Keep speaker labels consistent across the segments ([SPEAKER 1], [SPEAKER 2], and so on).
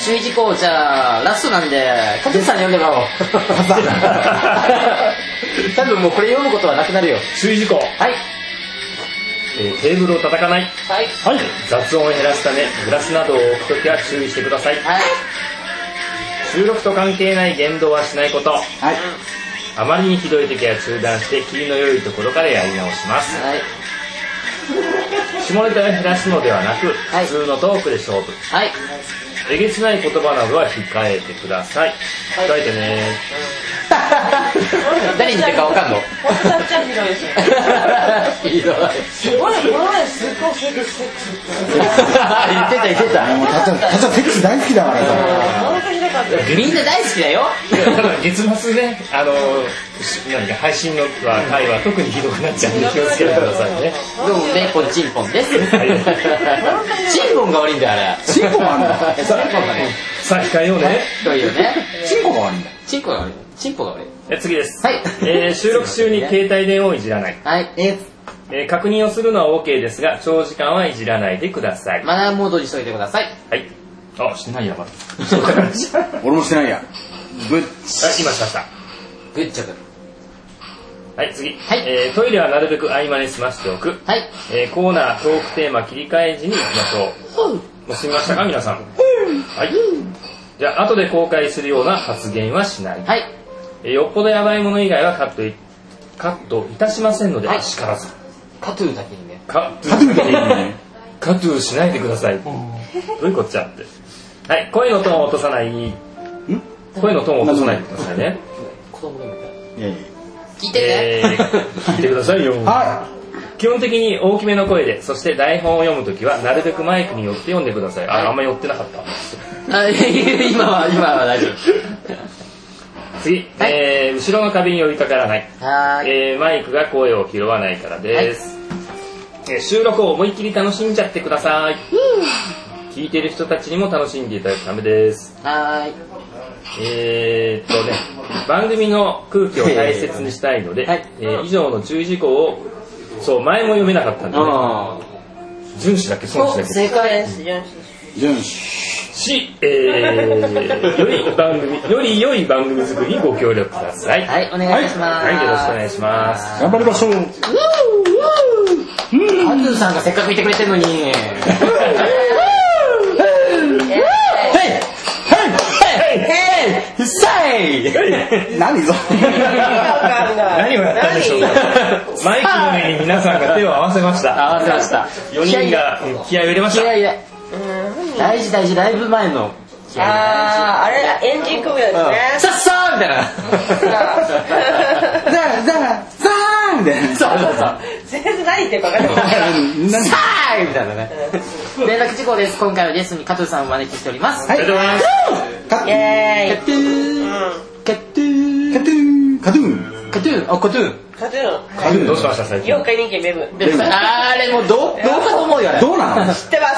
[SPEAKER 1] 注意事項じゃあラストなんでカケさんに読んでもらおう
[SPEAKER 2] ババア多分もうこれ読むことはなくなるよ
[SPEAKER 3] 注意事項、
[SPEAKER 1] はい
[SPEAKER 3] えーテーブルを叩かない、
[SPEAKER 1] はい
[SPEAKER 3] はい、雑音を減らすためグラスなどを置くときは注意してください
[SPEAKER 1] はい
[SPEAKER 3] 収録と関係ない言動はしないこと
[SPEAKER 2] はい
[SPEAKER 3] あまりにひどい時は中断して切りの良いところからやり直します
[SPEAKER 1] はい
[SPEAKER 3] 下ネタを減らすのではなく
[SPEAKER 1] はい
[SPEAKER 3] 普通のトークで勝負
[SPEAKER 1] はい
[SPEAKER 3] えげつない言葉などは控えてください
[SPEAKER 4] はい
[SPEAKER 3] 控えてね
[SPEAKER 1] 誰に言ってるかわかんの
[SPEAKER 4] おっさんちゃんひどいですよ
[SPEAKER 1] ひどい
[SPEAKER 4] 俺この前すっごいセックスセックスって言ってた
[SPEAKER 1] 言ってた言って
[SPEAKER 2] あのもう
[SPEAKER 1] た
[SPEAKER 2] たちゃんたちゃんセックス大好きだからさ
[SPEAKER 4] 本当ひどかった
[SPEAKER 1] みんな大好きだよ
[SPEAKER 3] いやただ月末ねあのし何か配信のは回は特にひどくなっちゃうんで気をつけてくださいね
[SPEAKER 1] どうもベーコンチンポンです
[SPEAKER 3] い
[SPEAKER 1] チンポンが悪いんだよあれ
[SPEAKER 2] チンコもあんだ
[SPEAKER 1] チンポンが ね
[SPEAKER 3] さあ控えようね
[SPEAKER 1] ひどいよね
[SPEAKER 2] チンコが悪いんだ
[SPEAKER 1] チンコが悪いチンポが悪い
[SPEAKER 3] え次です、
[SPEAKER 1] はい
[SPEAKER 3] えー収録中に携帯電話をいじらない、
[SPEAKER 1] はい
[SPEAKER 2] え
[SPEAKER 3] えー確認をするのは OK ですが長時間はいじらないでください、
[SPEAKER 1] マナーモードにしといてください
[SPEAKER 3] はいあしてないやばい あ今しま
[SPEAKER 2] 俺もしてないやぶっ
[SPEAKER 3] した
[SPEAKER 1] グッジョブ
[SPEAKER 3] はい次、
[SPEAKER 1] はい
[SPEAKER 3] えートイレはなるべく合間に済ませておく、
[SPEAKER 1] はい
[SPEAKER 3] えーコーナートークテーマ切り替え時に行きましょうもう済みましたか皆さんはいじゃあ後で公開するような発言はしない、
[SPEAKER 1] はい
[SPEAKER 3] えーよっぽどやばいもの以外はカットいカットいたしませんので、
[SPEAKER 1] はい
[SPEAKER 3] 叱らず
[SPEAKER 1] カトゥーだけにね
[SPEAKER 3] カット
[SPEAKER 2] 初めていいね
[SPEAKER 3] カトゥーしないでください。どういうこっちゃって。はい、声のトーンを落とさない。声のトーンを落とさないでくださいね。
[SPEAKER 1] 子供がいるから
[SPEAKER 2] いやいや
[SPEAKER 1] 聞いて
[SPEAKER 3] え
[SPEAKER 1] ね、
[SPEAKER 3] ー、聞いてくださいよ。
[SPEAKER 2] は
[SPEAKER 3] 基本的に大きめの声で、そして台本を読むときは、なるべくマイクに寄って読んでください。
[SPEAKER 1] はい
[SPEAKER 3] あ、あんま寄ってなかった。
[SPEAKER 1] あいやいや今は今は大丈
[SPEAKER 3] 次、
[SPEAKER 1] はい
[SPEAKER 3] えー、後ろの壁に寄りかからない。
[SPEAKER 1] 夫はーい
[SPEAKER 3] えー、マイクが声を拾わないからです。えー収録を思いっきり楽しんじゃってください。聞いてる人たちにも楽しんでいただくためです。
[SPEAKER 1] はーい
[SPEAKER 3] えー、っとね、番組の空気を大切にしたいので、
[SPEAKER 1] はい
[SPEAKER 3] えー以上の注意事項を、そう、前も読めなかったんで、ね、
[SPEAKER 1] あ
[SPEAKER 3] 順守だっけ、孫
[SPEAKER 1] お
[SPEAKER 3] 子だっけ。
[SPEAKER 1] 正解
[SPEAKER 4] ですよし
[SPEAKER 2] い順守
[SPEAKER 3] し、えー、より 番組、より良い番組作りにご協力ください。
[SPEAKER 1] はいお願いします
[SPEAKER 3] はい、よろしくお願いします。
[SPEAKER 2] 頑張り ましょう
[SPEAKER 1] カトゥーさんがせっかくいてくれてるのに
[SPEAKER 2] うっさい何ぞ
[SPEAKER 4] かんない
[SPEAKER 3] 何をやったんでしょうかマイクの上に皆さんが手を合わせました。
[SPEAKER 1] 合わせました
[SPEAKER 3] 4人がうん気合を入れまし
[SPEAKER 1] いや
[SPEAKER 3] た。
[SPEAKER 1] いや大事大事ライブ前の
[SPEAKER 4] あああれエンジン組むやつ
[SPEAKER 1] さ
[SPEAKER 4] ね
[SPEAKER 1] っさーみた いな
[SPEAKER 2] ザラザラザーンみたいな
[SPEAKER 1] そうそうそう
[SPEAKER 4] 全然何言ってるか分かんない
[SPEAKER 2] 何
[SPEAKER 1] さーいみたいなね連絡事項です今回はゲストに加藤さんをお招きしております
[SPEAKER 3] あ
[SPEAKER 2] はい
[SPEAKER 3] りがとうございます。
[SPEAKER 2] カ
[SPEAKER 4] イ
[SPEAKER 1] カ
[SPEAKER 4] エ
[SPEAKER 1] トゥーカトゥ
[SPEAKER 2] カ
[SPEAKER 1] ー
[SPEAKER 2] トゥーンカトゥーン
[SPEAKER 1] カトゥーあカトゥー
[SPEAKER 4] ーイカトゥーン
[SPEAKER 2] カトゥーン
[SPEAKER 3] どうしました最近。
[SPEAKER 4] 妖怪人間メブ
[SPEAKER 1] でもあれもうどうどうかと思うよね
[SPEAKER 2] どうなの
[SPEAKER 4] 知ってま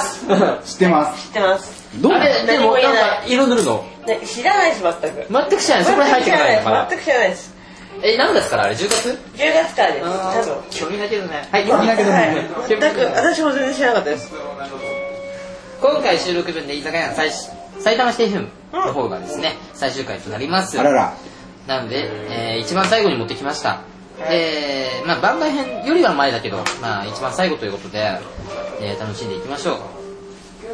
[SPEAKER 4] す
[SPEAKER 2] 知ってます
[SPEAKER 4] 知ってます
[SPEAKER 2] どう
[SPEAKER 1] あ
[SPEAKER 2] なの
[SPEAKER 1] れでもなんか色塗るの
[SPEAKER 4] ね知らないです全く
[SPEAKER 1] 全く知らないそこに入ってこないのかな
[SPEAKER 4] 全く知らないです
[SPEAKER 1] え何月からあれ10月
[SPEAKER 4] 10月からです多分
[SPEAKER 1] 興味ないけどねはい
[SPEAKER 2] 興味ないけど
[SPEAKER 4] はい
[SPEAKER 2] ね
[SPEAKER 4] 全く私も全然知らなかったです
[SPEAKER 1] 今回収録分で居酒屋の最埼玉ステーションの方がですね最終回となります
[SPEAKER 2] あらら
[SPEAKER 1] なので、えー一番最後に持ってきましたで、まあ、番外編よりは前だけど、まあ、一番最後ということで、えー楽しんでいきましょう、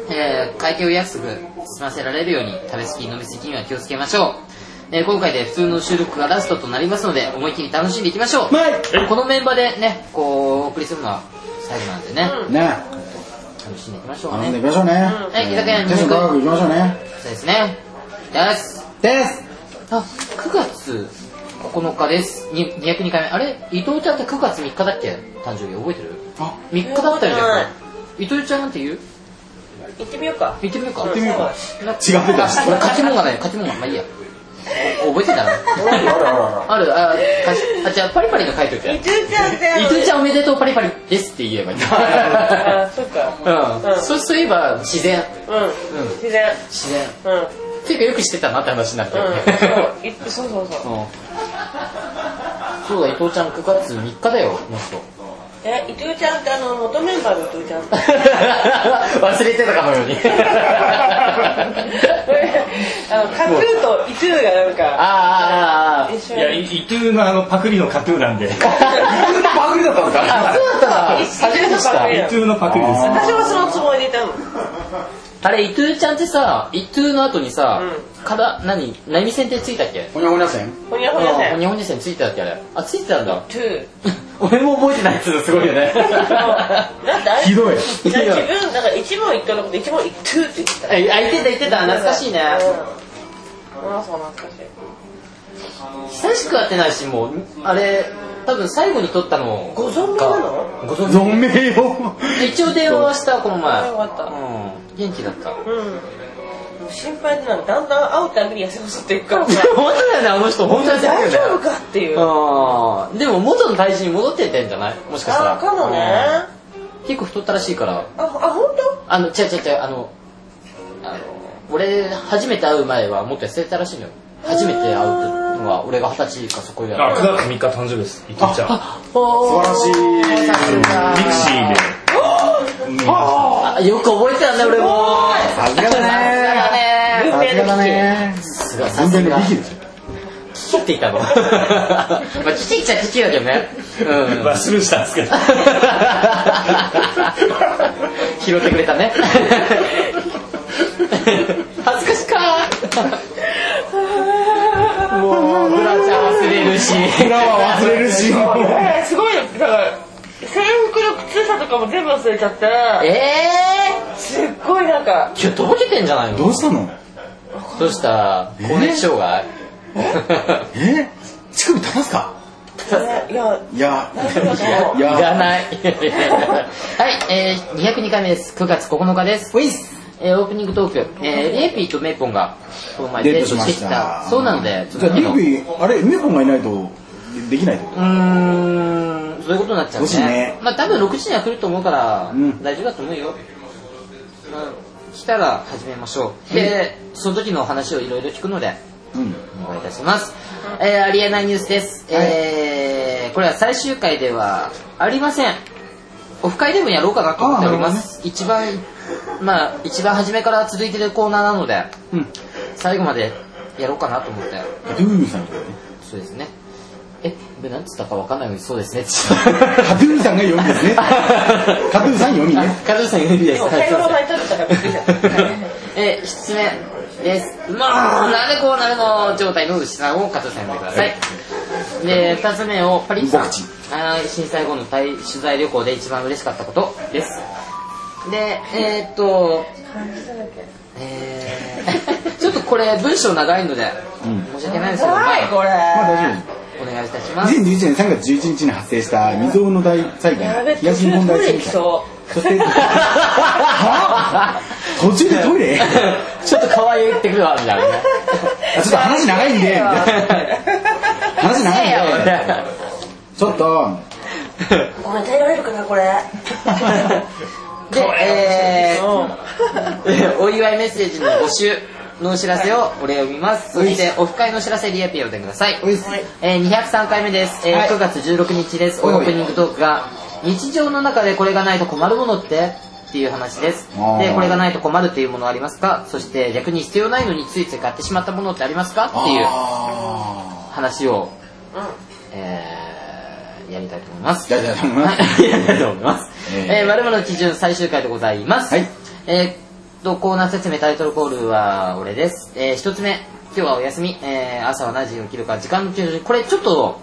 [SPEAKER 1] えー会計を約束済ませられるように食べ過ぎ飲み過ぎには気をつけましょう、えー今回で普通の収録がラストとなりますので思いっきり楽しんでいきましょう、
[SPEAKER 2] まい
[SPEAKER 1] このメンバーでねこうお送りするのは最後なんでね、
[SPEAKER 2] ね
[SPEAKER 1] 楽しんでいきましょう
[SPEAKER 2] 頼
[SPEAKER 1] ね
[SPEAKER 2] んでいきましょうね
[SPEAKER 1] い居酒屋に
[SPEAKER 2] テスト科学行きましょうね
[SPEAKER 1] そうですね。です。
[SPEAKER 2] です
[SPEAKER 1] あ、9月9日です。に202回目。あれ伊藤ちゃんって9月3日だっけ誕生日覚えてる
[SPEAKER 2] あ
[SPEAKER 1] ?3 日だったよね。伊藤ちゃんなんて言う
[SPEAKER 4] 行ってみようか
[SPEAKER 1] 言ってみようか。
[SPEAKER 4] 行ってみようか
[SPEAKER 1] な
[SPEAKER 2] 違う出た
[SPEAKER 1] 俺勝ち物がない。勝ち物がない。まあいいや。お覚えてた
[SPEAKER 2] あら
[SPEAKER 1] な
[SPEAKER 2] らら
[SPEAKER 1] ある、あ、かしあ、じゃあパリパリが書いといて。
[SPEAKER 4] 伊
[SPEAKER 1] 伊
[SPEAKER 4] 藤ちゃんってあの
[SPEAKER 1] 藤ちゃんおめでとうパリパリですって言えばいいん
[SPEAKER 4] あ
[SPEAKER 1] だ。
[SPEAKER 4] ーそっか
[SPEAKER 1] うん。そうそういえば自然。
[SPEAKER 4] うん
[SPEAKER 1] うん。
[SPEAKER 4] 自然
[SPEAKER 1] 自然。
[SPEAKER 4] うんうん
[SPEAKER 1] っていうかよく知ってたなって話になってるね。
[SPEAKER 4] そういそうそうそう
[SPEAKER 1] そうだ、伊藤ちゃん9月3日だよ、も っと。
[SPEAKER 4] え伊藤ちゃんってあの元メンバーの伊藤ちゃん
[SPEAKER 1] 忘れてたかのように。
[SPEAKER 4] あのタトゥーとイトゥーがなんか
[SPEAKER 2] あーあーあーあー
[SPEAKER 4] 一緒
[SPEAKER 3] いや、イ
[SPEAKER 4] に
[SPEAKER 3] イトゥーのあの、パクリのカトゥーなんで。イトゥーのパクリだったんです
[SPEAKER 2] あ
[SPEAKER 3] か
[SPEAKER 2] そうだったんだ
[SPEAKER 4] 一緒
[SPEAKER 2] 初めて
[SPEAKER 4] に
[SPEAKER 2] 知った
[SPEAKER 3] イトゥーのパクリです。
[SPEAKER 4] 私はそのつもりでいたの
[SPEAKER 1] あれ、イトゥーちゃんってさ、イトゥーの後にさ、かだ、何、何線ってついたっけ
[SPEAKER 2] ほにゃほにゃ線
[SPEAKER 4] ほにゃほにゃ
[SPEAKER 1] あ
[SPEAKER 4] ね
[SPEAKER 1] 日本人線ついてたっけあれ。あ、ついてたんだ。
[SPEAKER 4] トゥ
[SPEAKER 1] 俺も覚えてないやつすごいよね。
[SPEAKER 4] ー なんであれ
[SPEAKER 2] ひどい
[SPEAKER 4] 自分なんか一問一答のこと一問一トゥーって言ってた
[SPEAKER 1] あ、言ってた言ってた。懐かしいね。
[SPEAKER 4] うんあそう懐かしい
[SPEAKER 1] 久しく会ってないし、もう、あれ、多分最後に撮ったの。
[SPEAKER 4] ご存命なの
[SPEAKER 1] ご存知
[SPEAKER 2] 存命よ
[SPEAKER 1] 一応電話はした、この前。
[SPEAKER 4] あよかった
[SPEAKER 1] うん。元気だった。
[SPEAKER 4] うんもう心配でなんかだんだん会うたびに痩せ細っていくからさ
[SPEAKER 1] 本当 だよね、あの人。本当に
[SPEAKER 4] 大丈夫かっていうあ
[SPEAKER 1] あーでも元の体重に戻ってってんじゃないもしかしたら
[SPEAKER 4] ーかもねあ
[SPEAKER 1] うん結構太ったらしいから
[SPEAKER 4] あ本当
[SPEAKER 1] あの違う違う違うあのあの俺初めて会う前はもっと痩せてたらしいのよ初めて会うのは俺が二十歳かそこや
[SPEAKER 3] あ、9月3日誕生日です。イトゥーちゃん。
[SPEAKER 1] 素
[SPEAKER 2] 素晴らしい
[SPEAKER 3] ミクシーで。うん
[SPEAKER 1] あよく覚えてたね俺も
[SPEAKER 2] さすがだ
[SPEAKER 1] だ
[SPEAKER 2] ね
[SPEAKER 1] ね
[SPEAKER 2] さすがだね
[SPEAKER 1] すごいさ
[SPEAKER 2] 全
[SPEAKER 1] す
[SPEAKER 2] 然で
[SPEAKER 1] が
[SPEAKER 2] きるでしょ
[SPEAKER 1] キキって言ったの まあキキっちゃキキだけどねうん
[SPEAKER 3] まあ、スルーしたんですけど。
[SPEAKER 1] 拾ってくれたね恥ずかしかもうブラちゃん忘れるし
[SPEAKER 2] 裏は忘れるしもう
[SPEAKER 4] えーすごいよだから制服の靴下とかも全部忘れちゃって
[SPEAKER 1] え
[SPEAKER 4] すっごいなんか
[SPEAKER 1] ー、今日とぼけてんじゃないの
[SPEAKER 2] どうしたの
[SPEAKER 1] どうした更年期障害
[SPEAKER 2] え乳首立たすか
[SPEAKER 4] いや
[SPEAKER 2] いや
[SPEAKER 4] 大丈夫だと思
[SPEAKER 2] いう
[SPEAKER 1] い
[SPEAKER 2] や
[SPEAKER 1] ら ないはい、えー、202回目です9月9日です
[SPEAKER 2] ほいっす
[SPEAKER 1] えー、オープニングトーク、えー、リエピーとメイポンがこの前
[SPEAKER 2] デ
[SPEAKER 1] デ
[SPEAKER 2] ー
[SPEAKER 1] ー
[SPEAKER 2] ト
[SPEAKER 1] ト
[SPEAKER 2] しま
[SPEAKER 1] して
[SPEAKER 2] し
[SPEAKER 1] き
[SPEAKER 2] た
[SPEAKER 1] たそうなので
[SPEAKER 2] じゃあリビーあれメコンがいないとできないってこ
[SPEAKER 1] うーん、そういうことになっちゃう
[SPEAKER 2] もしね
[SPEAKER 1] まあ多分6時には来ると思うから、
[SPEAKER 2] うん
[SPEAKER 1] 大丈夫だと思うよ。まあ来たら始めましょう。で、その時のお話をいろいろ聞くので、
[SPEAKER 2] とうん
[SPEAKER 1] お願いいたします。えー、ありえないニュースです。えー、これは最終回ではありません。オフ会でもやろうかなと思っております。一番、まあ、一番初めから続いてるコーナーなので、
[SPEAKER 2] うん
[SPEAKER 1] 最後までやろうかなと思って。
[SPEAKER 2] ドゥーミさんみたいなね
[SPEAKER 1] そうですね。え、俺なんつったかわかんないのに、そうです ねって。
[SPEAKER 2] カドゥーさんが読みですねカドゥーさん読みね
[SPEAKER 1] カズさん指です。
[SPEAKER 4] う
[SPEAKER 1] はい
[SPEAKER 4] 買い
[SPEAKER 1] すい
[SPEAKER 4] 物
[SPEAKER 1] ま
[SPEAKER 4] 前食べたからびっくりしちゃった
[SPEAKER 1] せん え、失礼です。もう、なぜこうなるの状態の失うをカズさんでください。で、二つ目をパリッさん
[SPEAKER 2] 僕ち。
[SPEAKER 1] あー震災後の対取材旅行で一番嬉しかったことです。で、えー、っと、えー、 ちょっとこれ文章長いので、
[SPEAKER 2] うん
[SPEAKER 1] 申し訳ないんですけど、
[SPEAKER 4] 怖いこれ
[SPEAKER 2] まあ大丈夫
[SPEAKER 1] お願いいたします。
[SPEAKER 2] 2011年3月11日に発生した未曾有の大災
[SPEAKER 4] やべ
[SPEAKER 2] 害
[SPEAKER 4] 途
[SPEAKER 2] 東
[SPEAKER 4] 中
[SPEAKER 2] 日
[SPEAKER 4] で
[SPEAKER 2] 本
[SPEAKER 4] トイレ
[SPEAKER 2] 大
[SPEAKER 4] 行きそ
[SPEAKER 2] 震災そしてはぁ途中でトイレ
[SPEAKER 1] ちょっと可愛いってくるわ、みたいなね。
[SPEAKER 2] あちょっと話長いんでみたいな話長いんでちょっと
[SPEAKER 4] うごめん耐えられるかなこれ
[SPEAKER 1] で、え
[SPEAKER 4] うん
[SPEAKER 1] ー、お祝いメッセージの募集のお知らせをお礼を見ます。そして、オフ会のお知らせリアピーをでください。えー、203回目です。えー
[SPEAKER 2] はい
[SPEAKER 1] 9月16日です。オ
[SPEAKER 2] おいおい
[SPEAKER 1] ープニングトークが、日常の中でこれがないと困るものってっていう話です
[SPEAKER 2] あ。ー
[SPEAKER 1] で、これがないと困るというものはありますかそして、逆に必要ないのについつい買ってしまったものってありますかっていう
[SPEAKER 2] あ
[SPEAKER 1] 話をえーやりたいと思います。
[SPEAKER 2] やりたいと思います
[SPEAKER 1] はいやりたいと思います。
[SPEAKER 2] えー
[SPEAKER 1] えー、丸々の基準最終回でございます。
[SPEAKER 2] はい
[SPEAKER 1] えーっと、コーナー説明タイトルコールは俺です。えー、一つ目、今日はお休み、えー、朝は何時に起きるか、時間の基準、これちょっと、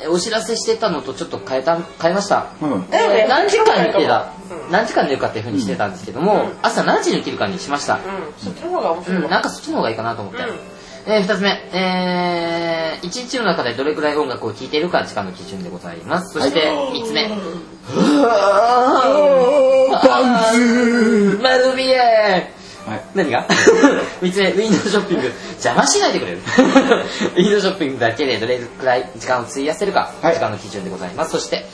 [SPEAKER 1] えーお知らせしてたのとちょっと変えた、変えました。
[SPEAKER 2] ーうん
[SPEAKER 4] だよね
[SPEAKER 1] 何時間に起きてた
[SPEAKER 4] う、
[SPEAKER 1] 何時間寝るかっていうふうにしてたんですけども、朝何時に起きるかにしました。
[SPEAKER 4] うんそっちの方が面
[SPEAKER 1] う
[SPEAKER 4] 白い
[SPEAKER 1] ん、なんかそっちの方がいいかなと思って。
[SPEAKER 4] うん
[SPEAKER 1] えー、二つ目、えー、一日の中でどれくらい音楽を聴いているか時間の基準でございます。そして、三つ目、
[SPEAKER 2] パンツ
[SPEAKER 1] 丸見え
[SPEAKER 2] はい
[SPEAKER 1] 何 が三つ目、ウィンドウショッピング。邪魔しないでくれる。ウィンドウショッピングだけでどれくらい時間を費やせるか、
[SPEAKER 2] はい
[SPEAKER 1] 時間の基準でございます。そして、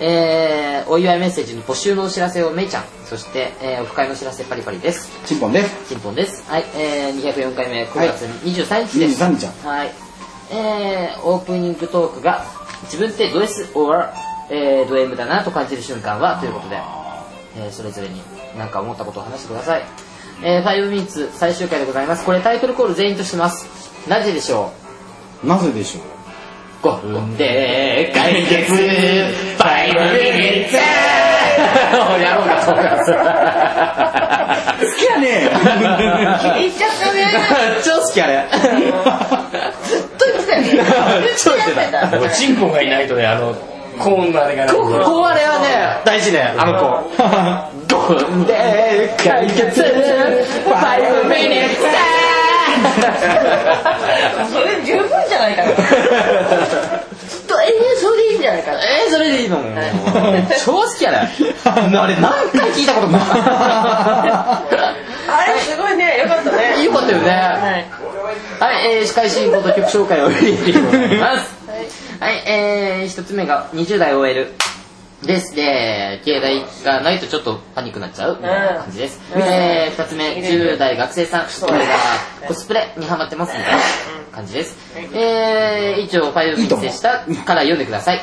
[SPEAKER 1] えー、お祝いメッセージの募集のお知らせをめいちゃん、そして、えー、オフ会のお知らせパリパリです。
[SPEAKER 2] チンポンです
[SPEAKER 1] チンポンです。はい、えー、204回目、9月23日です。
[SPEAKER 2] 23日
[SPEAKER 1] はい。えー、オープニングトークが、自分ってド S or、えー、ド M だなと感じる瞬間はということで、えー、それぞれに何か思ったことを話してください。えー、5ミニッツ最終回でございます。これタイトルコール全員としてます。なぜでしょう
[SPEAKER 2] なぜでしょう
[SPEAKER 1] 五分で解決5ミニッツ俺 やろうかと思います。
[SPEAKER 2] 好きや
[SPEAKER 4] 言
[SPEAKER 2] ね
[SPEAKER 4] っちゃったね。
[SPEAKER 1] 超好きあれ。
[SPEAKER 4] ずっと言ってたよね。
[SPEAKER 1] 超言って た
[SPEAKER 3] 僕チンポがいないとね、あの、コーンのあれがない。
[SPEAKER 1] ここあれはね、大事ね、あの子。5分で解決5ミニッツ
[SPEAKER 4] それ十分じゃないかな。ずっと永遠それでいいんじゃないかな。
[SPEAKER 1] えー、それでいい の超好きやね。 あれ何回聞いたことか。
[SPEAKER 4] あれすごいね、よかったね。
[SPEAKER 1] よかったよね
[SPEAKER 4] はい。
[SPEAKER 1] はい、えー、司会進行と曲紹介を入れていきます。はい、えー、一つ目が20代 OL です。で、携帯がないとちょっとパニックになっちゃうみたいな感じです。
[SPEAKER 4] うん
[SPEAKER 1] えー、二つ目、10代学生さん。こ
[SPEAKER 4] う
[SPEAKER 1] れがコスプレにハマってますみたいな感じです。えー、以上、ファイルに接したから読んでください。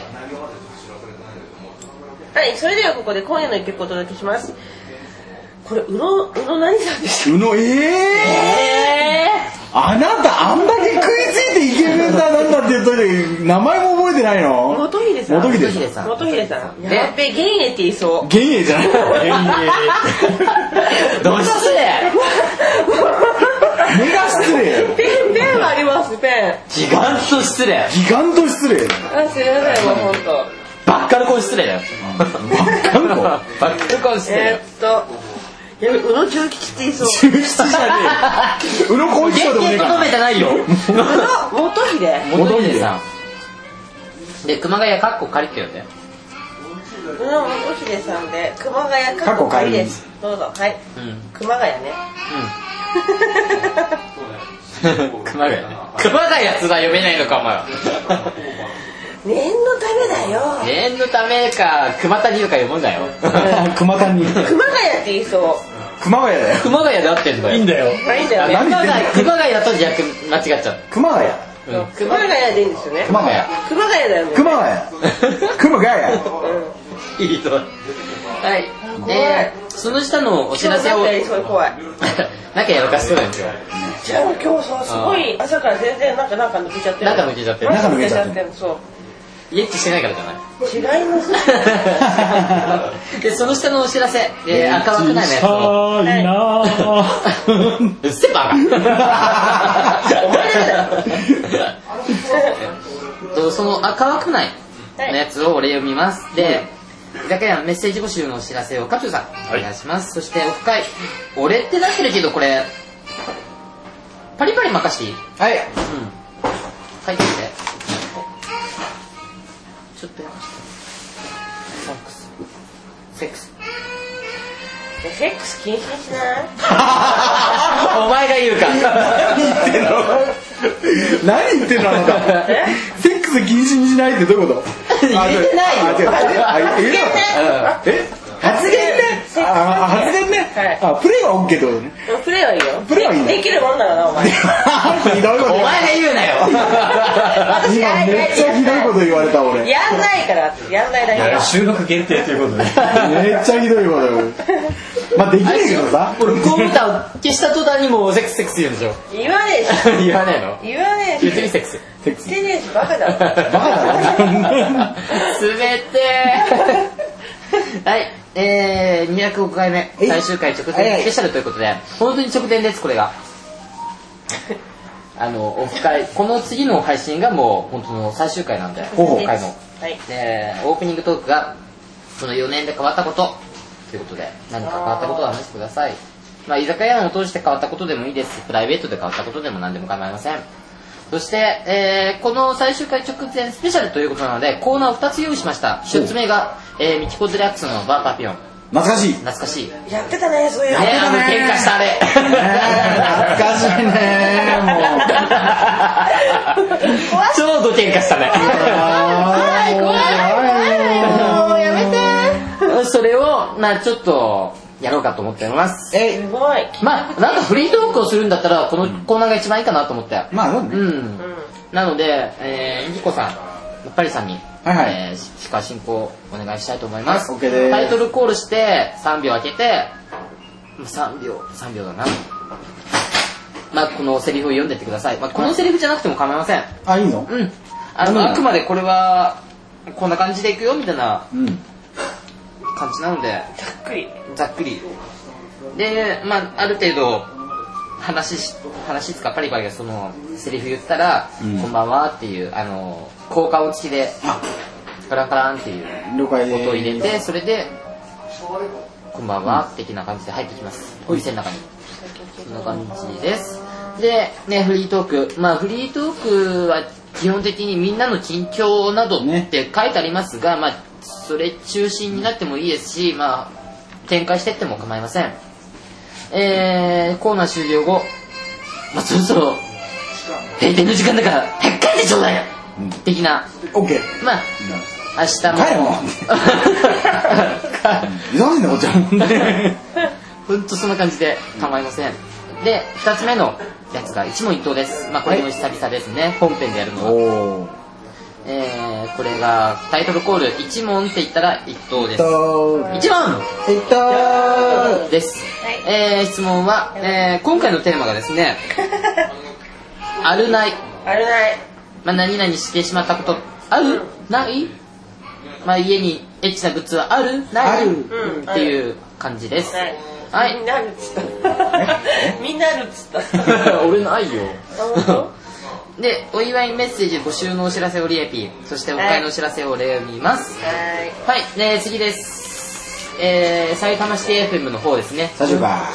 [SPEAKER 4] はい、それではここで今夜の一曲をお届けします。これ、うろ、うろ何さんでし
[SPEAKER 2] うの、え
[SPEAKER 4] た
[SPEAKER 2] え
[SPEAKER 4] え
[SPEAKER 2] あなた、あんだけ食いついてイケメンだなんだって言っといて、名前も覚えてない
[SPEAKER 4] ー、
[SPEAKER 2] の
[SPEAKER 4] 元秀さん。
[SPEAKER 2] 元
[SPEAKER 1] 秀さん
[SPEAKER 4] 元秀さん。やっべ、ゲイネって言いそう。
[SPEAKER 2] 幻影じゃない
[SPEAKER 1] どうしたそれ
[SPEAKER 2] 目が失礼。
[SPEAKER 4] ペン、ペンはあります、ペン。
[SPEAKER 1] ギガント失礼。
[SPEAKER 2] ギガント失礼。
[SPEAKER 4] あ、すいません、もうほんと。
[SPEAKER 1] バッカルコン失礼だよ。バッ
[SPEAKER 2] カルコン
[SPEAKER 1] バッカルコン失礼だよ
[SPEAKER 4] え。ーっと、やべ、うろちょうきちって言いそう。
[SPEAKER 2] 中吉じゃねえ。うろこいち
[SPEAKER 1] 原
[SPEAKER 2] でもねえ
[SPEAKER 1] 型とど
[SPEAKER 2] か
[SPEAKER 1] めじゃないよ。
[SPEAKER 4] あ元秀
[SPEAKER 1] 元秀さん。で、熊谷かっこ借りてよね。
[SPEAKER 4] うん、元秀さんで、熊谷
[SPEAKER 2] 過
[SPEAKER 4] 過
[SPEAKER 2] 去
[SPEAKER 4] 去
[SPEAKER 2] 仮
[SPEAKER 4] 仮
[SPEAKER 2] で
[SPEAKER 4] ですす。どうぞ、はい。
[SPEAKER 1] うん。うん。
[SPEAKER 4] 熊谷ね。
[SPEAKER 1] 熊谷。熊谷やつは読めないのか、お前は。
[SPEAKER 4] 念のためだよ。
[SPEAKER 1] 念のためか、熊谷とか読むんだよ。
[SPEAKER 2] ら。熊
[SPEAKER 4] 熊谷
[SPEAKER 2] 谷。
[SPEAKER 4] って言いそう。
[SPEAKER 2] 熊谷だよ。
[SPEAKER 1] 熊谷で合ってんだ
[SPEAKER 3] いいん
[SPEAKER 1] よ。
[SPEAKER 3] だよ。
[SPEAKER 4] まあいいんだよね。
[SPEAKER 1] 熊
[SPEAKER 2] 何言って
[SPEAKER 1] 谷、
[SPEAKER 2] んの
[SPEAKER 1] 熊谷だと逆間違っちゃう。
[SPEAKER 2] 熊谷。
[SPEAKER 1] うん。
[SPEAKER 4] 熊谷でいいんですよね。
[SPEAKER 2] 熊谷。
[SPEAKER 4] 熊谷だよね。
[SPEAKER 2] 熊谷。熊谷。
[SPEAKER 1] いいぞ。はい。で、その下のお知ら せを、
[SPEAKER 4] すごい怖い。
[SPEAKER 1] なんかやらかしそうなんですよ。
[SPEAKER 4] じゃあ今日さ、すごい朝から全然なんかなんか抜けちゃってる。
[SPEAKER 1] なんか抜けちゃってる
[SPEAKER 2] なんか抜けちゃって
[SPEAKER 4] る。そ。
[SPEAKER 1] イエッチしてないからじゃ ないう
[SPEAKER 4] 違います。
[SPEAKER 1] で、その下のお知らせ、えー、赤枠内のやつを。
[SPEAKER 4] い
[SPEAKER 3] な
[SPEAKER 1] うっせばか
[SPEAKER 4] お前ら
[SPEAKER 1] と その赤枠内のやつを俺読みます。で、居酒屋のメッセージ募集のお知らせをカチュさん、
[SPEAKER 3] い
[SPEAKER 1] お願いします。そして、オフ会、俺ってなってるけど、これ、パリパリ任していい
[SPEAKER 2] はい。
[SPEAKER 1] うん。書いてみて。ちょっとやらして。セックス。セックス。
[SPEAKER 4] セックス禁止にしない
[SPEAKER 1] お前が言うか。
[SPEAKER 2] 何言ってんの何言ってんのあなた。
[SPEAKER 4] え
[SPEAKER 2] セックス禁止にしないってどういうこと
[SPEAKER 1] 言ってないよ
[SPEAKER 2] あ違うあ違うあ言えなかった
[SPEAKER 1] うん
[SPEAKER 2] え発言ねあ発言ね、
[SPEAKER 4] はい
[SPEAKER 2] あプレイは OK ってことね
[SPEAKER 4] でもプレイはいいよ。
[SPEAKER 2] プレイはいいの
[SPEAKER 4] できるもんだからな、お前。
[SPEAKER 2] ひどいこと
[SPEAKER 1] お
[SPEAKER 2] 言う
[SPEAKER 1] 前が言うなよ。
[SPEAKER 4] 私が
[SPEAKER 2] 今
[SPEAKER 4] や
[SPEAKER 2] めっちゃひどいこと言われた俺めっ
[SPEAKER 4] やんないから、やんないだけだ。
[SPEAKER 3] 収録限定ということで。
[SPEAKER 2] ちゃひどいこと言われたまあできないけどさ
[SPEAKER 1] 俺、コンピューターを消した途端にもうセックスセックス言うんでしょ。
[SPEAKER 4] 言わねえし。
[SPEAKER 1] 言わないの
[SPEAKER 4] 言わねえ
[SPEAKER 1] 言
[SPEAKER 4] し。
[SPEAKER 1] ってみセックス。
[SPEAKER 2] セックス
[SPEAKER 4] 言ってねえし、バカだろ。
[SPEAKER 1] バカ
[SPEAKER 2] だ
[SPEAKER 1] すべてはい。えー、205回目、
[SPEAKER 2] えい
[SPEAKER 1] 最終回直
[SPEAKER 2] はいは
[SPEAKER 1] 前
[SPEAKER 2] い
[SPEAKER 1] スペシャルということで、本当に直前です、これが。 あの、オフ会、この次の配信がもう本当の最終回なんで、
[SPEAKER 2] ほうほ
[SPEAKER 1] オフ会の。
[SPEAKER 4] はい。
[SPEAKER 1] で、オープニングトークが、その4年で変わったこと、ということで、何か変わったことを話してください。まあ、居酒屋を通して変わったことでもいいです。プライベートで変わったことでも何でも構いません。そして、えーこの最終回直前スペシャルということなので、コーナーを2つ用意しました。1つ目が、えー、ミキコズリアックスのバーパピオン。
[SPEAKER 2] 懐かしいね
[SPEAKER 1] 懐かしい。ね
[SPEAKER 4] やってたね、そういう
[SPEAKER 1] え、
[SPEAKER 4] の。
[SPEAKER 1] あの喧嘩したあれ。
[SPEAKER 2] 懐かしいねもう
[SPEAKER 1] ちょうど喧嘩したね。
[SPEAKER 2] 怖い怖い
[SPEAKER 1] もうやめて。それを、まあちょっと、やろうかと思っております。
[SPEAKER 2] え
[SPEAKER 4] すごい。
[SPEAKER 1] まあなんかフリートークをするんだったら、このコーナーが一番いいかなと思って。
[SPEAKER 2] まあそう
[SPEAKER 1] う
[SPEAKER 2] ね
[SPEAKER 1] ん
[SPEAKER 4] う。ん。
[SPEAKER 1] なので、えー、ゆきこさん、パリさんに、
[SPEAKER 2] はいはい
[SPEAKER 1] えー、司会進行お願いしたいと思います。
[SPEAKER 2] OK です
[SPEAKER 1] タイトルコールして、3秒開けて、まあ3秒、3秒だな。まあ、このセリフを読んでってください。まあ、このセリフじゃなくても構いません。
[SPEAKER 2] あ、いいの
[SPEAKER 1] うん。あ
[SPEAKER 2] うん
[SPEAKER 1] の、あくまでこれは、こんな感じでいくよ、みたいな
[SPEAKER 2] うん。
[SPEAKER 1] 感じなので、
[SPEAKER 4] ざっくり。
[SPEAKER 1] ざっくり。で、まあ、ある程度、話し、話つかパリパリがその、セリフ言ったら、
[SPEAKER 2] うん
[SPEAKER 1] こんばんはっていう、あの、効果音付きで、カランカランっていう
[SPEAKER 2] 了解です。
[SPEAKER 1] 音を入れて、それで、こんばんは、的な感じで入ってきます。お店の中に。そんな感じです。で、ね、フリートーク。まあ、フリートークは基本的にみんなの近況など
[SPEAKER 2] ね
[SPEAKER 1] って書いてありますが、まあ、それ中心になってもいいですし、まあ、展開してっても構いません。えー、コーナー終了後、まあ、そろそろ、閉店の時間だから、早く帰ってちょうだいよ
[SPEAKER 2] うん
[SPEAKER 1] 的な、
[SPEAKER 2] オッケー。
[SPEAKER 1] まあ、明日も。
[SPEAKER 2] 帰れもう。いらないんだこっちはもうね。
[SPEAKER 1] ほんとそんな感じで構いません。で、二つ目のやつが一問一答です。まあこれも久々ですね、本編でやるのは。
[SPEAKER 2] おー。
[SPEAKER 1] えー、これがタイトルコール、一問って言ったら一答
[SPEAKER 2] え
[SPEAKER 1] です。
[SPEAKER 2] っと、
[SPEAKER 1] 一問
[SPEAKER 2] えっと、
[SPEAKER 1] です。
[SPEAKER 4] はい
[SPEAKER 1] えー、質問は、えー、今回のテーマがです ね、あるない。
[SPEAKER 4] あれない。
[SPEAKER 1] まあ何々してしまったこと、あるないまあ家にエッチなグッズはあるない
[SPEAKER 2] ある
[SPEAKER 1] うんっていう感じです。
[SPEAKER 4] ない。
[SPEAKER 1] はい
[SPEAKER 4] みんなあるっつった。みんなあるっつった。
[SPEAKER 3] 俺ないよ。
[SPEAKER 4] あ
[SPEAKER 1] で、お祝いメッセージ募集のお知らせをリエピー、そしてお迎えのお知らせをレオミーます。
[SPEAKER 4] はい。
[SPEAKER 1] はい、ね次です。えー、埼玉市 FM の方ですね。
[SPEAKER 2] 最初か。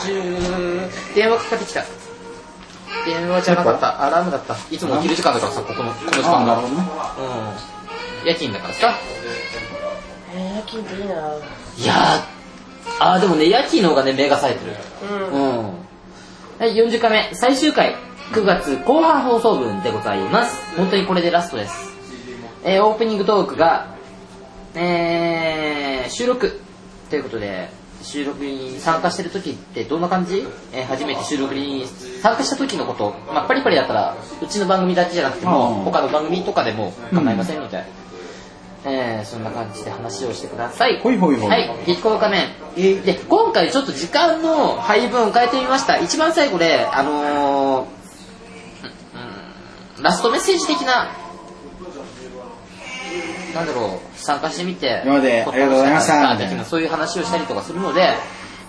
[SPEAKER 1] 電話かかってきた。電話じゃなかった、アラームだった。いつもお昼時間だからさ、ここの、この時
[SPEAKER 2] あ
[SPEAKER 1] 間
[SPEAKER 2] あ、な
[SPEAKER 1] が。
[SPEAKER 2] るほどね。
[SPEAKER 1] うん。夜勤だからさ。
[SPEAKER 4] えー、夜勤っていいなうん。
[SPEAKER 1] いやー、あーでもね、夜勤の方がね、目が冴えてる。うん。はい、40回目、最終回、9月後半放送分でございます。本当にこれでラストです。えー、オープニングトークが、えー、収録ということで、収録に参加してる時ってどんな感じ、えー初めて収録に参加した時のこと、まあ、パリパリだったら、うちの番組だけじゃなくても、
[SPEAKER 2] うん
[SPEAKER 1] 他の番組とかでも構いませんので、えー、そんな感じで話をしてください。
[SPEAKER 2] ほいほいほい
[SPEAKER 1] はい、激高仮面。で、今回ちょっと時間の配分を変えてみました。一番最後で、あのー、うんラストメッセージ的な、なんだろう、参加してみて、
[SPEAKER 2] 今までありがとうございました
[SPEAKER 1] 的なそういう話をしたりとかするので、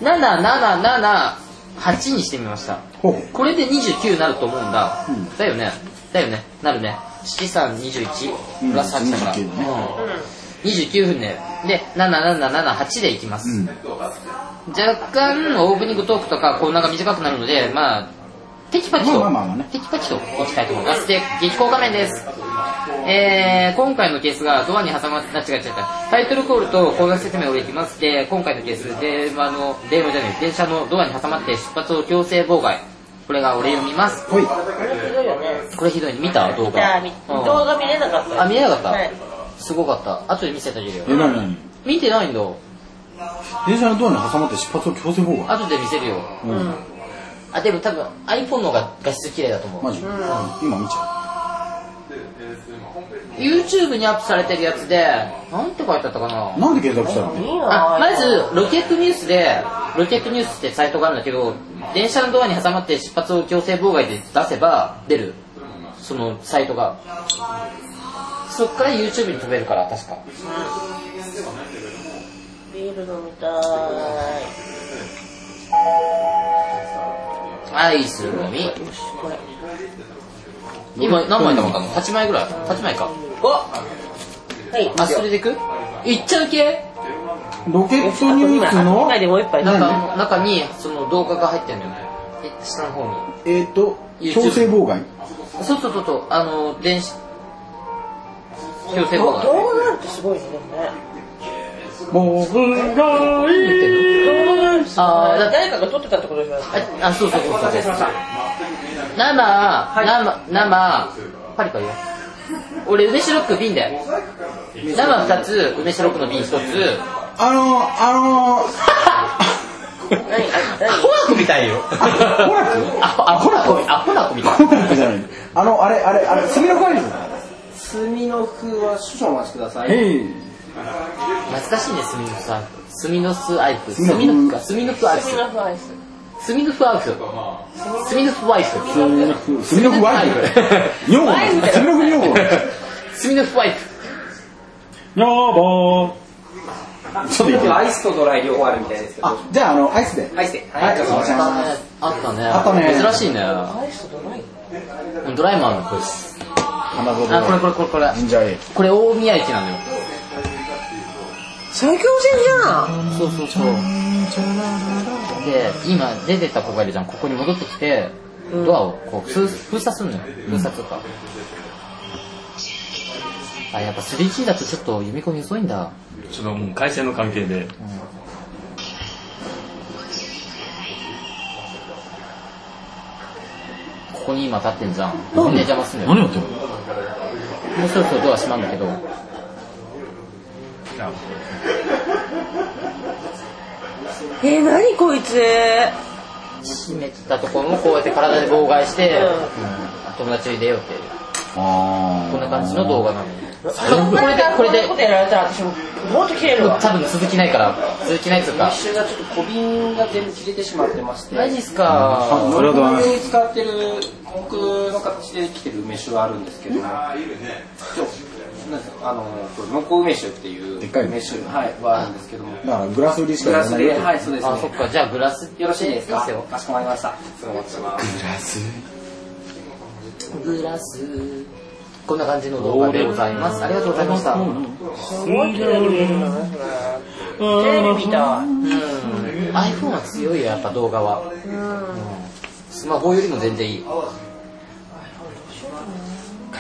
[SPEAKER 1] 7778にしてみました。
[SPEAKER 2] ほう。
[SPEAKER 1] これで29になると思うんだ。
[SPEAKER 2] うん
[SPEAKER 1] だよね。だよね。なるね。7321プラス8だから。
[SPEAKER 2] うん29だね
[SPEAKER 1] うん29分ね。で、7778でいきま
[SPEAKER 2] う
[SPEAKER 1] す。
[SPEAKER 2] ん。
[SPEAKER 1] 若干オープニングトークとかコーナーが短くなるので、まあ、テキパキと、
[SPEAKER 2] まあまあまあね
[SPEAKER 1] テキパキといきたいと思います。で、激光画面です。えー、今回のケースがドアに挟まって、あ違う違う違う。タイトルコールとコーナー説明をできます。で、今回のケース、電話の、電話じゃない、電車のドアに挟まって出発を強制妨害。これが俺読みます。
[SPEAKER 2] ほい。
[SPEAKER 4] これひどいよね。
[SPEAKER 1] これひどいね。見た動
[SPEAKER 4] じゃ
[SPEAKER 1] 画。
[SPEAKER 4] あ、み
[SPEAKER 1] うん
[SPEAKER 4] 動画見れなかった。
[SPEAKER 1] あ見れなかった
[SPEAKER 4] はい。
[SPEAKER 1] すごかった。後で見せてあげるよ
[SPEAKER 2] え、。なになに
[SPEAKER 1] 見てないんだ。
[SPEAKER 2] 電車のドアに挟まって出発を強制妨害。
[SPEAKER 1] 後で見せるよ。
[SPEAKER 2] うん。
[SPEAKER 1] あ、でも多分 iPhone の方が画質綺麗だと思う。
[SPEAKER 2] マジ今見ちゃ
[SPEAKER 1] YouTube にアップされてるやつで、なんて書いてあったかな
[SPEAKER 2] う。なんで検索したの
[SPEAKER 4] いいな
[SPEAKER 1] あ、まず、ロケットニュースで、ロケットニュースってサイトがあるんだけど、電車のドアに挟まって出発を強制妨害で出せば出る。そのサイトが。そっから YouTube に飛べるから、確か。
[SPEAKER 4] ビール飲みたい。
[SPEAKER 1] アイスのみ。
[SPEAKER 4] これ。
[SPEAKER 1] 今何枚だったの ?8 枚ぐらい ?8 枚か。
[SPEAKER 4] はい。
[SPEAKER 1] あ、それでいくいっちゃう系
[SPEAKER 2] ロケットニュース
[SPEAKER 4] 今
[SPEAKER 2] の
[SPEAKER 4] 回、でもう一杯
[SPEAKER 1] な
[SPEAKER 4] 飲
[SPEAKER 1] ん
[SPEAKER 4] む
[SPEAKER 1] か、中にその動画が入ってんだよね。え下の方に。
[SPEAKER 2] えっと、
[SPEAKER 1] YouTube
[SPEAKER 2] 強制妨害。
[SPEAKER 1] そうそうそうそう、あの、電子、強制
[SPEAKER 4] 動
[SPEAKER 1] 法が。
[SPEAKER 4] 画なんてすごいですね。
[SPEAKER 2] 僕がいい。
[SPEAKER 4] 動画なんてすごい。
[SPEAKER 1] あーだって
[SPEAKER 4] 誰かが撮ってたってことじゃないですか。
[SPEAKER 1] あ、あそうそうそうそう。生、生、生、パリパリよ。俺、梅シロック瓶で。生二つ、梅シロックの瓶一つ。
[SPEAKER 2] あの、 あ
[SPEAKER 4] 何何
[SPEAKER 1] ホラコみたいよ。
[SPEAKER 2] ホラコ
[SPEAKER 1] あ、ホラコ、あ、ホラコみたい
[SPEAKER 2] の、。コナンじゃない。あの、あれ、あれ、あれ、墨の代わりです。
[SPEAKER 5] 墨の風は少々お待ちください。
[SPEAKER 2] えい。
[SPEAKER 1] 懐かしいね、スミノスアイフ。スミノスアイフ。ス
[SPEAKER 2] スミノフ
[SPEAKER 1] ミノフか。スミノフアイフ
[SPEAKER 4] ス。ミノフアイス
[SPEAKER 1] スミノフアイフ。スミノフワイフ。
[SPEAKER 2] スミノフ、スミノフワイフ。女房なんです。スミノフ女房なんです。
[SPEAKER 1] スミノフワイフ。
[SPEAKER 2] 女房。ちょっと言って
[SPEAKER 5] アイスとドライ両方あるみたいですけど。
[SPEAKER 2] あ、じゃあ、あの、アイスで。
[SPEAKER 5] アイスで。
[SPEAKER 2] はい、じゃあ、お願いし
[SPEAKER 1] あ
[SPEAKER 2] ま
[SPEAKER 1] っ
[SPEAKER 2] す。
[SPEAKER 1] たね。あったね。
[SPEAKER 2] あったね
[SPEAKER 1] 珍しいね。
[SPEAKER 4] アイスとドライ
[SPEAKER 1] ドライマーのこれです。
[SPEAKER 2] 花園。
[SPEAKER 1] あ、これこれこれこれ。
[SPEAKER 2] ジンジャーエール。
[SPEAKER 1] これ大宮駅なのよ。
[SPEAKER 4] 最強戦じゃん
[SPEAKER 1] そうそうそう。で、今出てった子がいるじゃん。ここに戻ってきて、ドアをこう封封鎖すんのよ。封鎖とか。あ、やっぱ 3G だとちょっと読み込み遅いんだ。
[SPEAKER 3] ちょっともう会社の関係で。
[SPEAKER 1] ここに今立ってんじゃん。ここで邪魔すんのよ。
[SPEAKER 2] 何やってんの
[SPEAKER 1] もうそろそろドア閉まるんだけど。
[SPEAKER 4] えー、何こいつ
[SPEAKER 1] 閉めたところもこうやって体で妨害して、
[SPEAKER 4] うん
[SPEAKER 1] うん友達を入れようっていう。
[SPEAKER 2] あー。
[SPEAKER 1] こんな感じの動画なのよ。
[SPEAKER 4] こ
[SPEAKER 1] これで、これで
[SPEAKER 4] こんなこ、とやられたら私ももっと切れるわ
[SPEAKER 1] 多分続きないから、続きないっていうか
[SPEAKER 5] 一。瞬がちょっと小瓶が全部切れてしまってまして。
[SPEAKER 1] マジっすか。
[SPEAKER 2] あそれはどうなん
[SPEAKER 5] に使ってるコクの形で来てる飯はあるんですけど、ちょなんですかあのこれノコ梅酒っていう
[SPEAKER 2] でっかいの
[SPEAKER 5] 飯はいはあるんですけども、
[SPEAKER 2] だから、グラス売りしか
[SPEAKER 5] グ
[SPEAKER 2] や
[SPEAKER 5] ラ
[SPEAKER 2] ら
[SPEAKER 5] ス
[SPEAKER 2] ないよ
[SPEAKER 5] で、
[SPEAKER 2] って
[SPEAKER 5] はいそうです
[SPEAKER 1] あ、そっ
[SPEAKER 5] ね。
[SPEAKER 1] か、じゃあグラス。
[SPEAKER 5] よろしいです
[SPEAKER 1] いい
[SPEAKER 5] か
[SPEAKER 1] っすよ。
[SPEAKER 5] かしこまりました。失礼します。
[SPEAKER 2] グラス
[SPEAKER 1] グラス。こんな感じの動画でございます。ありがとうございました。うん。
[SPEAKER 4] すごい切れ るテレビ見た
[SPEAKER 1] iPhone は強いよ、やっぱ動画は。うんスマホよりも全然いい。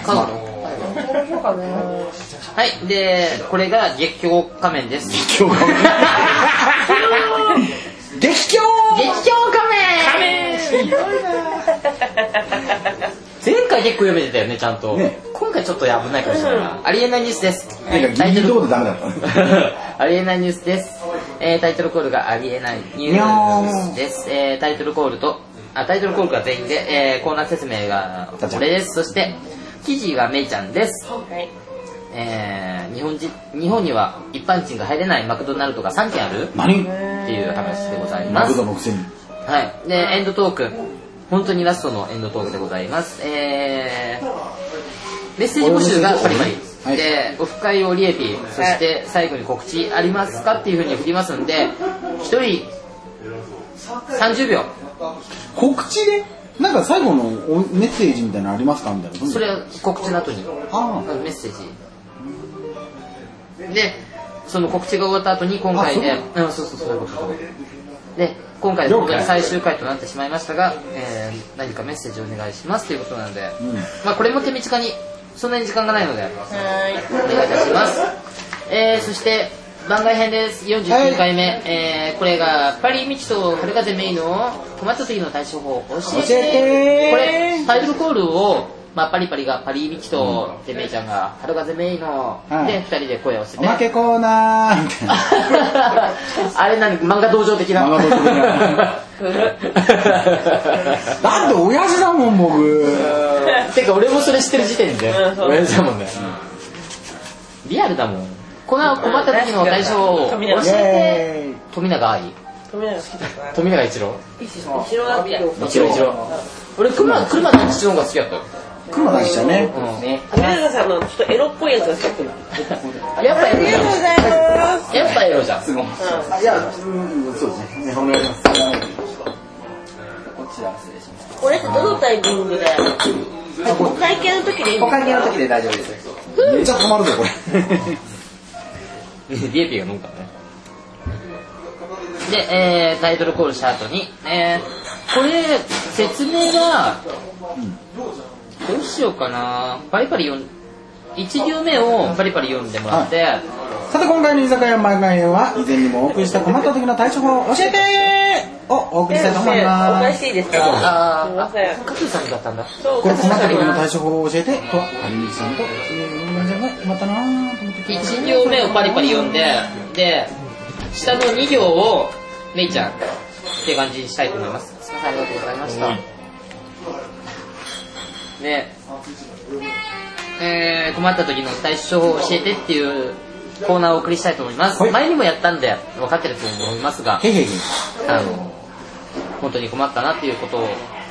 [SPEAKER 1] カメラはい、で、これが月経仮面です。
[SPEAKER 2] 今日が激強
[SPEAKER 1] 劇場仮面前回結構読めてたよねちゃんと、
[SPEAKER 2] ね
[SPEAKER 1] 今回ちょっと危ないかもしれないな、ありえないニュースです、
[SPEAKER 2] なんかギリギリどこでダメだったの
[SPEAKER 1] ありえないニュースです、えータイトルコールがありえないニュースです、えータイトルコールとあタイトルコールが全員で、えーコーナー説明が俺ですそして記事がめいちゃんです
[SPEAKER 4] はい
[SPEAKER 1] えー日本人日本には一般人が入れないマクドナルドが3軒あるっ
[SPEAKER 2] 何
[SPEAKER 1] ていう話でございま
[SPEAKER 2] マ
[SPEAKER 1] す
[SPEAKER 2] クドのくせに。
[SPEAKER 1] はい。で、エンドトーク。本当にラストのエンドトークでございます。えー、メッセージ募集がパリパリ。
[SPEAKER 2] はい
[SPEAKER 1] で、オフ会をリエピ、そして最後に告知ありますかっていうふうに振りますんで、一人30秒。
[SPEAKER 2] 告知でなんか最後のおメッセージみたいなのありますかみたいな。
[SPEAKER 1] それは告知の後に。
[SPEAKER 2] あー
[SPEAKER 1] メッセージ。で、その告知が終わった後に今回で、うん、そうそうそういうことそういうことで、今回で本当に最終回となってしまいましたが、えー何かメッセージをお願いしますということなので、
[SPEAKER 2] ん
[SPEAKER 1] まあこれも手短に、そんなに時間がないので、
[SPEAKER 4] は
[SPEAKER 1] お願いいたします。えー、そして、番外編です。49回目。えー、これが、パリミチと春風メイの困った時の対処法教えて。
[SPEAKER 2] 教えて
[SPEAKER 1] これ、タイトルコールを、まあ、パリパリがパリミチと、でメイちゃんが春風メイの、
[SPEAKER 2] はい
[SPEAKER 1] で、二人で声を合わせ
[SPEAKER 2] お
[SPEAKER 1] て。
[SPEAKER 2] まけコーナーみたいな。
[SPEAKER 1] あれ何漫画道場的な。
[SPEAKER 2] 漫画道場的なだって親父だもん、僕。
[SPEAKER 1] てか、俺もそれ知ってる時点で
[SPEAKER 4] うん。そう
[SPEAKER 1] 親父だもんね。リアルだもん。この困った時の対処法を教
[SPEAKER 4] イ
[SPEAKER 1] えて。
[SPEAKER 2] イェーイ
[SPEAKER 1] 富永愛
[SPEAKER 4] い富永好きだから
[SPEAKER 1] 富永一郎
[SPEAKER 4] 一郎だって
[SPEAKER 1] 一郎一郎俺車車の父の方が好きだったよ、
[SPEAKER 2] 熊大師だね。
[SPEAKER 1] ね
[SPEAKER 4] 富永さんのちょっとエロっぽいやつが好きだった
[SPEAKER 1] やっぱエロじゃ
[SPEAKER 4] ざいます
[SPEAKER 1] んやっぱエロじゃん
[SPEAKER 2] あいや、うん、そうですね。お願いします。
[SPEAKER 5] こちら失礼します。
[SPEAKER 4] これってどのタイミングでお会計の時でいい
[SPEAKER 5] お
[SPEAKER 4] の
[SPEAKER 5] 会計の時で大丈夫です。
[SPEAKER 2] めっちゃたまるぞ、これ。
[SPEAKER 1] リエピが飲むからねで、えー、タイトルコールした後に、えー、これ説明がどうしようかなパリパリ読ん1行目をパリパリ読んでもらって、
[SPEAKER 2] さて、今回の居酒屋漫画編は、以前にもお送りした困った時の対処法を教えてをお送りしたいと思い
[SPEAKER 4] お
[SPEAKER 2] ま
[SPEAKER 4] 返し
[SPEAKER 2] す。
[SPEAKER 4] ていいですか
[SPEAKER 1] あ
[SPEAKER 4] すい
[SPEAKER 1] ー
[SPEAKER 4] ません
[SPEAKER 1] あ加藤さんだったんだ
[SPEAKER 4] そう
[SPEAKER 2] これ困った時の
[SPEAKER 4] は
[SPEAKER 2] 対処法を教えて、と、はりみさんと、うん、じゃない、またなぁと思って。
[SPEAKER 1] 1行目をパリパリ読んでで下の2行をめいちゃんって感じにしたいと思いますすいませんありがとうございましたねえー困った時の対処法を教えてっていうコーナーをお送りしたいと思います。
[SPEAKER 2] はい
[SPEAKER 1] 前にもやったんで分かってると思いますが、
[SPEAKER 2] へへへ。
[SPEAKER 1] あの、本当に困ったなっていうこと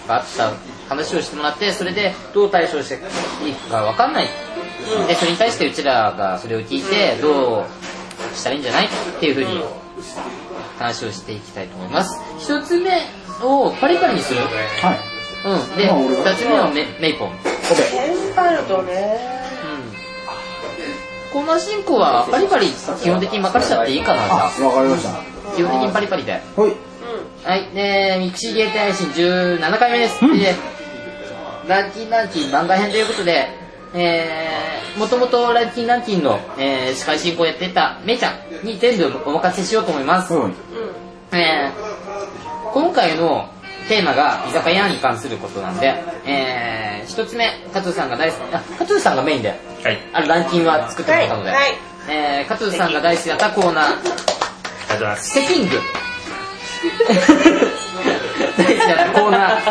[SPEAKER 1] があった話をしてもらって、それでどう対処していいか分かんない。で、それに対してうちらがそれを聞いて、どうしたらいいんじゃないっていうふうに話をしていきたいと思います。一つ目をパリパリにする。
[SPEAKER 2] はい。
[SPEAKER 1] うん。で、
[SPEAKER 2] まあ俺が
[SPEAKER 1] 二つ目はメメイポン。うん。
[SPEAKER 2] オペ。
[SPEAKER 4] テンパるとね
[SPEAKER 1] コーナー進行はパリパリ基本的に任しちゃっていいかな、じゃ
[SPEAKER 2] あ、わかりました。
[SPEAKER 1] あ基本的にパリパリで。
[SPEAKER 2] はい。
[SPEAKER 1] はい、ねミクシーゲート配信17回目です。で、ランキンランキン番外編ということで、えー、もともとランキンランキンの、えー、司会進行をやっていためいちゃんに全部お任せしようと思います。
[SPEAKER 2] はい。
[SPEAKER 1] えー、今回のテーマが居酒屋に関することなんで、えー、一つ目、加藤さんが大好き、あ、加藤さんがメインで、
[SPEAKER 3] はい。
[SPEAKER 1] あるランキングは作ってもらったので、
[SPEAKER 4] はい はい
[SPEAKER 1] えー、加藤さんが大好きだったコーナー、
[SPEAKER 3] ありがとうございます。
[SPEAKER 1] セキング大好きなコーナー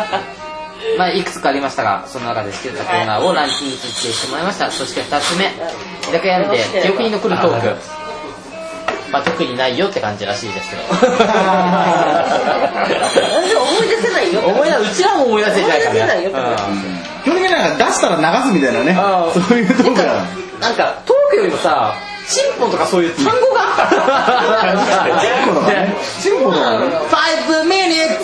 [SPEAKER 1] まあいくつかありましたがその中で好きだったコーナーをランキング決定してもらいましたそして2つ目居酒屋で記憶に残るトークまあ特にないよって感じらしいですけど
[SPEAKER 4] 私思い出せないよ
[SPEAKER 1] 思い出うちらも思い出せないから、
[SPEAKER 4] 思い出せないよ
[SPEAKER 2] 基本的になんか出したら流すみたいなね
[SPEAKER 1] あ。ー
[SPEAKER 2] そういうとこ
[SPEAKER 1] うん、
[SPEAKER 2] が。
[SPEAKER 1] なんかトークよりもさチンポとかそういう単語があった
[SPEAKER 2] チ ンコとかね。チンコとかね。
[SPEAKER 1] 5 minutes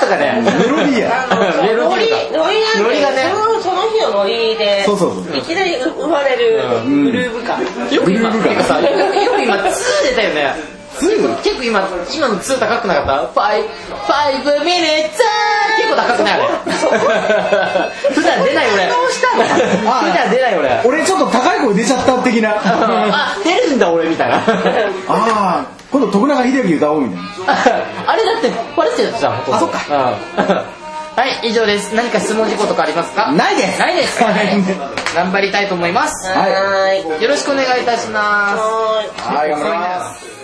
[SPEAKER 1] とかね
[SPEAKER 2] メロディー
[SPEAKER 4] あ
[SPEAKER 2] や。
[SPEAKER 4] の
[SPEAKER 1] メロ
[SPEAKER 4] ノ
[SPEAKER 1] ディ
[SPEAKER 4] リ
[SPEAKER 1] ー
[SPEAKER 4] ノリなんで
[SPEAKER 1] ノリがね
[SPEAKER 4] そのその日のノリで
[SPEAKER 2] そうそうそう。
[SPEAKER 4] いきなり生まれるグルーブ感、
[SPEAKER 1] よく今、
[SPEAKER 2] ブルーブルー
[SPEAKER 1] てかさ、よくよく今、2出たよね。
[SPEAKER 2] 2?
[SPEAKER 1] 結構今、今の2高くなかった ?5、5 minutes! 結構高くないあ れ。普段出ない俺。
[SPEAKER 2] あ
[SPEAKER 1] 普段出ない俺。
[SPEAKER 2] 俺ちょっと高い声出ちゃった的な。あ
[SPEAKER 1] あ、出るんだ俺みたいな。
[SPEAKER 2] あー、今度徳永秀明歌おうみたいな。
[SPEAKER 1] あれだって、バレてたじゃん、ほとんど
[SPEAKER 2] あそ
[SPEAKER 1] う
[SPEAKER 2] っか
[SPEAKER 1] んはい、以上です。何か質問事項とかありますか
[SPEAKER 2] ないです
[SPEAKER 1] ないです。
[SPEAKER 2] はい
[SPEAKER 1] 頑張りたいと思います。
[SPEAKER 2] はい
[SPEAKER 4] はーい
[SPEAKER 1] よろしくお願いいたします。
[SPEAKER 4] はーい
[SPEAKER 2] はい、頑張ります。